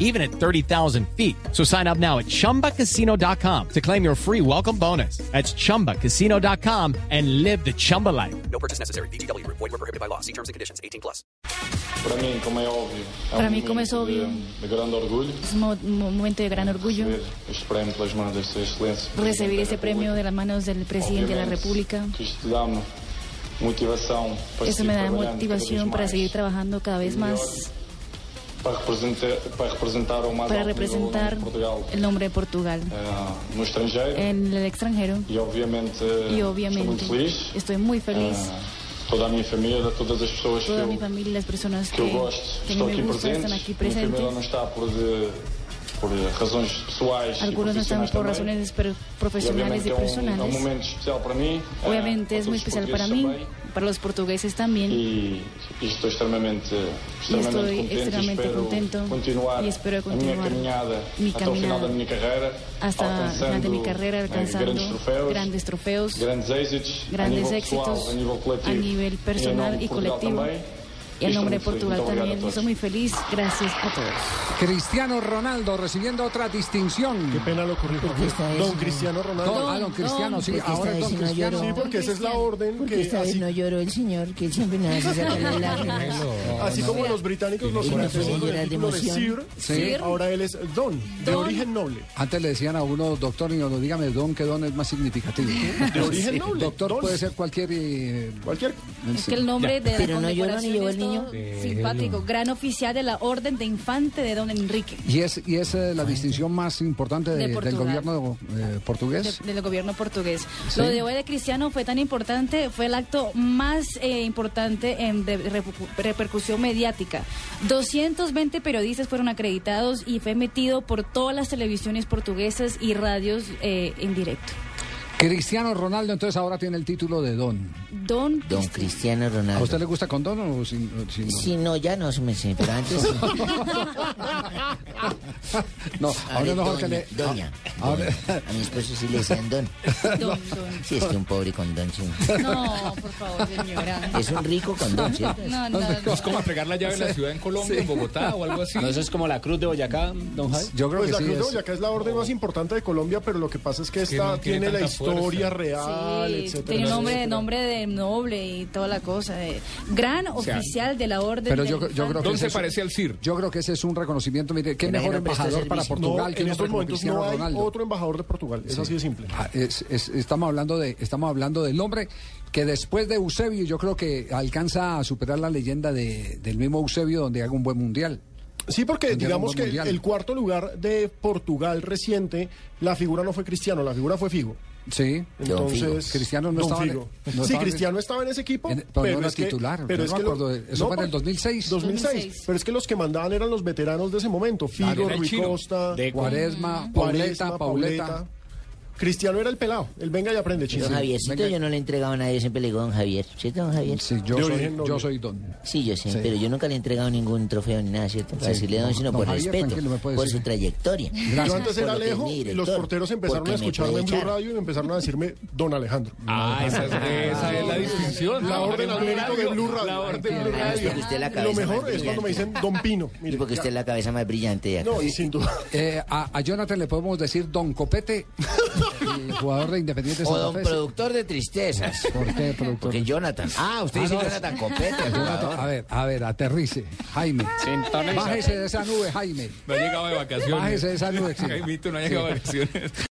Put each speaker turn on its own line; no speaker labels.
even at 30,000 feet. So sign up now at ChumbaCasino.com to claim your free welcome bonus. That's ChumbaCasino.com and live the Chumba life.
No purchase necessary. BGW. Void were prohibited by law. See terms and conditions. 18 plus.
Para mí, como es óbvio. é
Para
um
mim, como é
momento
óbvio.
De, de grande orgulho
Es mo- un momento de gran orgullo
ver este prémio pelas mãos de Sua Excelência.
recibir
Presidente
ese
da
premio
República.
de las manos del presidente de la
Obviamente
República.
Que isto dá-me motivação para
Eso
seguir
me da
trabalhando cada
motivación
vez
para
mais,
seguir trabajando cada vez más
Para representar, para representar o mais
para
alto nível
representar é
de Portugal
el nombre de Portugal
ah, no estrangeiro.
en el extranjero.
E obviamente,
Y
estou muito
obviamente
feliz.
estoy muy feliz.
Ah, toda a minha família, todas as pessoas que
Toda
eu,
mi familia, las personas
que eu
que,
gosto
que
estão
me
aqui
gustan
presentes.
están aquí
Minha família não
presentes.
está por, de- por eh, razões pessoais e
Algunos no están
profissionais
por
também.
razones per-
E
profesionales
obviamente
y
é um, é um
personales.
momento especial para mim. eh,
Obviamente
para
es muy
todos os
especial para
portugueses
mí,
também.
para los portugueses también.
E, e estou extremamente, extremamente
estoy
contente
extremamente
e espero
contento
continuar
y espero
a
continuar
minha caminhada
mi
até o final
caminada
da minha carreira,
Hasta el final de mi carrera
eh,
alcanzando
grandes troféus,
grandes trofeos.
grandes êxitos, a
grandes
nível
éxitos
pessoal, a nível coletivo,
a nivel
e, em nome
personal
de
y
Portugal
colectivo.
Também,
Y en
Estou
nombre de
muito feliz.
Portugal
Muito obrigado
también.
a todos.
Estoy muy feliz. Gracias a todos.
Cristiano Ronaldo recibiendo otra distinción.
Qué pena lo corrijo.
está
Don
eso?
Cristiano Ronaldo.
Don, ah, don Cristiano, sí,
porque
ahora es don
esta vez sí no
Cristiano.
lloró.
Sí, porque esa es la orden
Porque
que
esta vez
así,
no lloró el señor, que siempre nos hace sacar las lágrimas.
así como los británicos lo
Tiene
suelen con
llorar
el
de
título de Sir,
emoción.
Sí.
ahora él es Don, de origen noble.
Antes le decían a uno, doctor, y no dígame don, que don es más significativo.
De origen noble.
Doctor
Don.
puede ser cualquier. eh,
Cualquier.
Es que el nombre de
Pero
la
no lloró ni
condecoración
llevó
es
el niño.
todo simpático. Gran oficial de la Orden de Infante de Don Enrique.
Y es, y es eh, la distinción más importante
De
de- del
Portugal.
gobierno eh,
de-
portugués.
del gobierno portugués.
Sí.
Lo de hoy de Cristiano fue tan importante, fue el acto más eh, importante en de repu- repercusión mediática. 220 periodistas fueron acreditados y fue emitido por todas las televisiones portuguesas y radios eh, en directo.
Cristiano Ronaldo, entonces ahora tiene el título de don.
Don,
Don
Cristiano.
Cristiano
¿A usted
Ronaldo.
le gusta con don o sin, o sin don?
Si no, ya no, su merced, pero antes sí.
No, ahora
Ahora
mejor
doña,
que le. Ah,
doña,
ahora-
doña. A mi esposo sí le decían don.
Don, don.
Si es que un pobre con don, sí.
No, por favor, señora.
Es un rico con don, ¿cierto?
No, no, no.
Es como pegar la llave en la ciudad en Colombia, en Bogotá o algo así. No, eso es como la cruz de Boyacá, don Javi.
Yo creo
Pues
que
la
sí.
Cruz de
es-
Boyacá es la orden más importante de Colombia, pero lo que pasa es que
que
esta
no tiene
tiene, la
tanta fuerza.
historia real,
Sí,
etcétera.
tiene nombre,
etcétera.
nombre de noble y toda la cosa. eh. Gran
sea,
oficial de la orden.
Pero
de
yo, yo creo
Infante.
que
¿Dónde
ese es-
parece al CIR?
Yo creo que ese es un reconocimiento. Mire, qué
Pero ahí
mejor
no presta
embajador para
servicio.
No,
Portugal que
en
un hombre
estos
como
momentos
Cristiano
no hay
Ronaldo.
otro embajador de Portugal, es así de simple.
Ah, es- es- estamos hablando de estamos hablando del hombre que después de Eusebio yo creo que alcanza a superar la leyenda de- del mismo Eusebio donde haga un buen mundial.
Sí, porque
Mundial,
digamos
buen
que
mundial.
el cuarto lugar de Portugal reciente, la figura no fue Cristiano, la figura fue Figo.
Sí.
Don Figo.
Entonces,
Cristiano no
Don
estaba en-
Figo.
no
sí,
estaba en-
Cristiano estaba en ese equipo,
en- pero
pero,
no era
es que-
titular,
pero
yo
es
me
que lo-
acuerdo de- eso fue en
por-
el 2006.
2006.
2006.
Pero es que los que mandaban eran los veteranos de ese momento, Figo,
Claro, era el
Rui
chino.
Costa,
De-
Cuaresma,
Cuaresma,
Pauleta, Pauleta.
Cristiano era el pelado, el venga y aprende, chino.
Don Javiercito,
venga.
yo no le he entregado a nadie, siempre le digo don Javier. ¿Cierto, don Javier?
Sí, yo
De
soy,
origen noble.
yo soy don.
Sí, yo sé,
Sí.
pero yo nunca le he entregado ningún trofeo ni nada, ¿cierto? Para decirle don,
no,
sino
don
por
Javier,
respeto,
tranquilo, me puede
por
decir.
su trayectoria.
Yo antes
Por
era
lo que es
Alejo
mi
y los
director,
porteros empezaron
porque
a
me
escucharme
puede
en Blue
echar.
Radio y me empezaron a decirme Don Alejandro.
Ah, esa es, esa es la distinción.
La orden al
Blue
mérito de
Radio,
Blue Radio.
La orden
Ah,
Blue
Además,
Radio.
porque usted es la
Lo
cabeza más
mejor es cuando me
brillante.
dicen Don Pino. Mire,
Y porque usted es la cabeza más brillante de acá.
No, y sin duda.
Eh, a, a Jonathan le podemos decir don Copete, eh, jugador de Independiente
O
Santa
don
Fe.
productor de tristezas.
¿Por qué, productor?
Porque Jonathan. Ah, usted
Ah,
dice
no, es-
Jonathan Copete. el
Jonathan,
jugador.
a ver, a ver, aterrice. Jaime.
Sintonízate.
Bájese de esa nube, Jaime.
No ha llegado de vacaciones.
Bájese de Ah, esa nube, sí.
Jaimito, no ha llegado de vacaciones.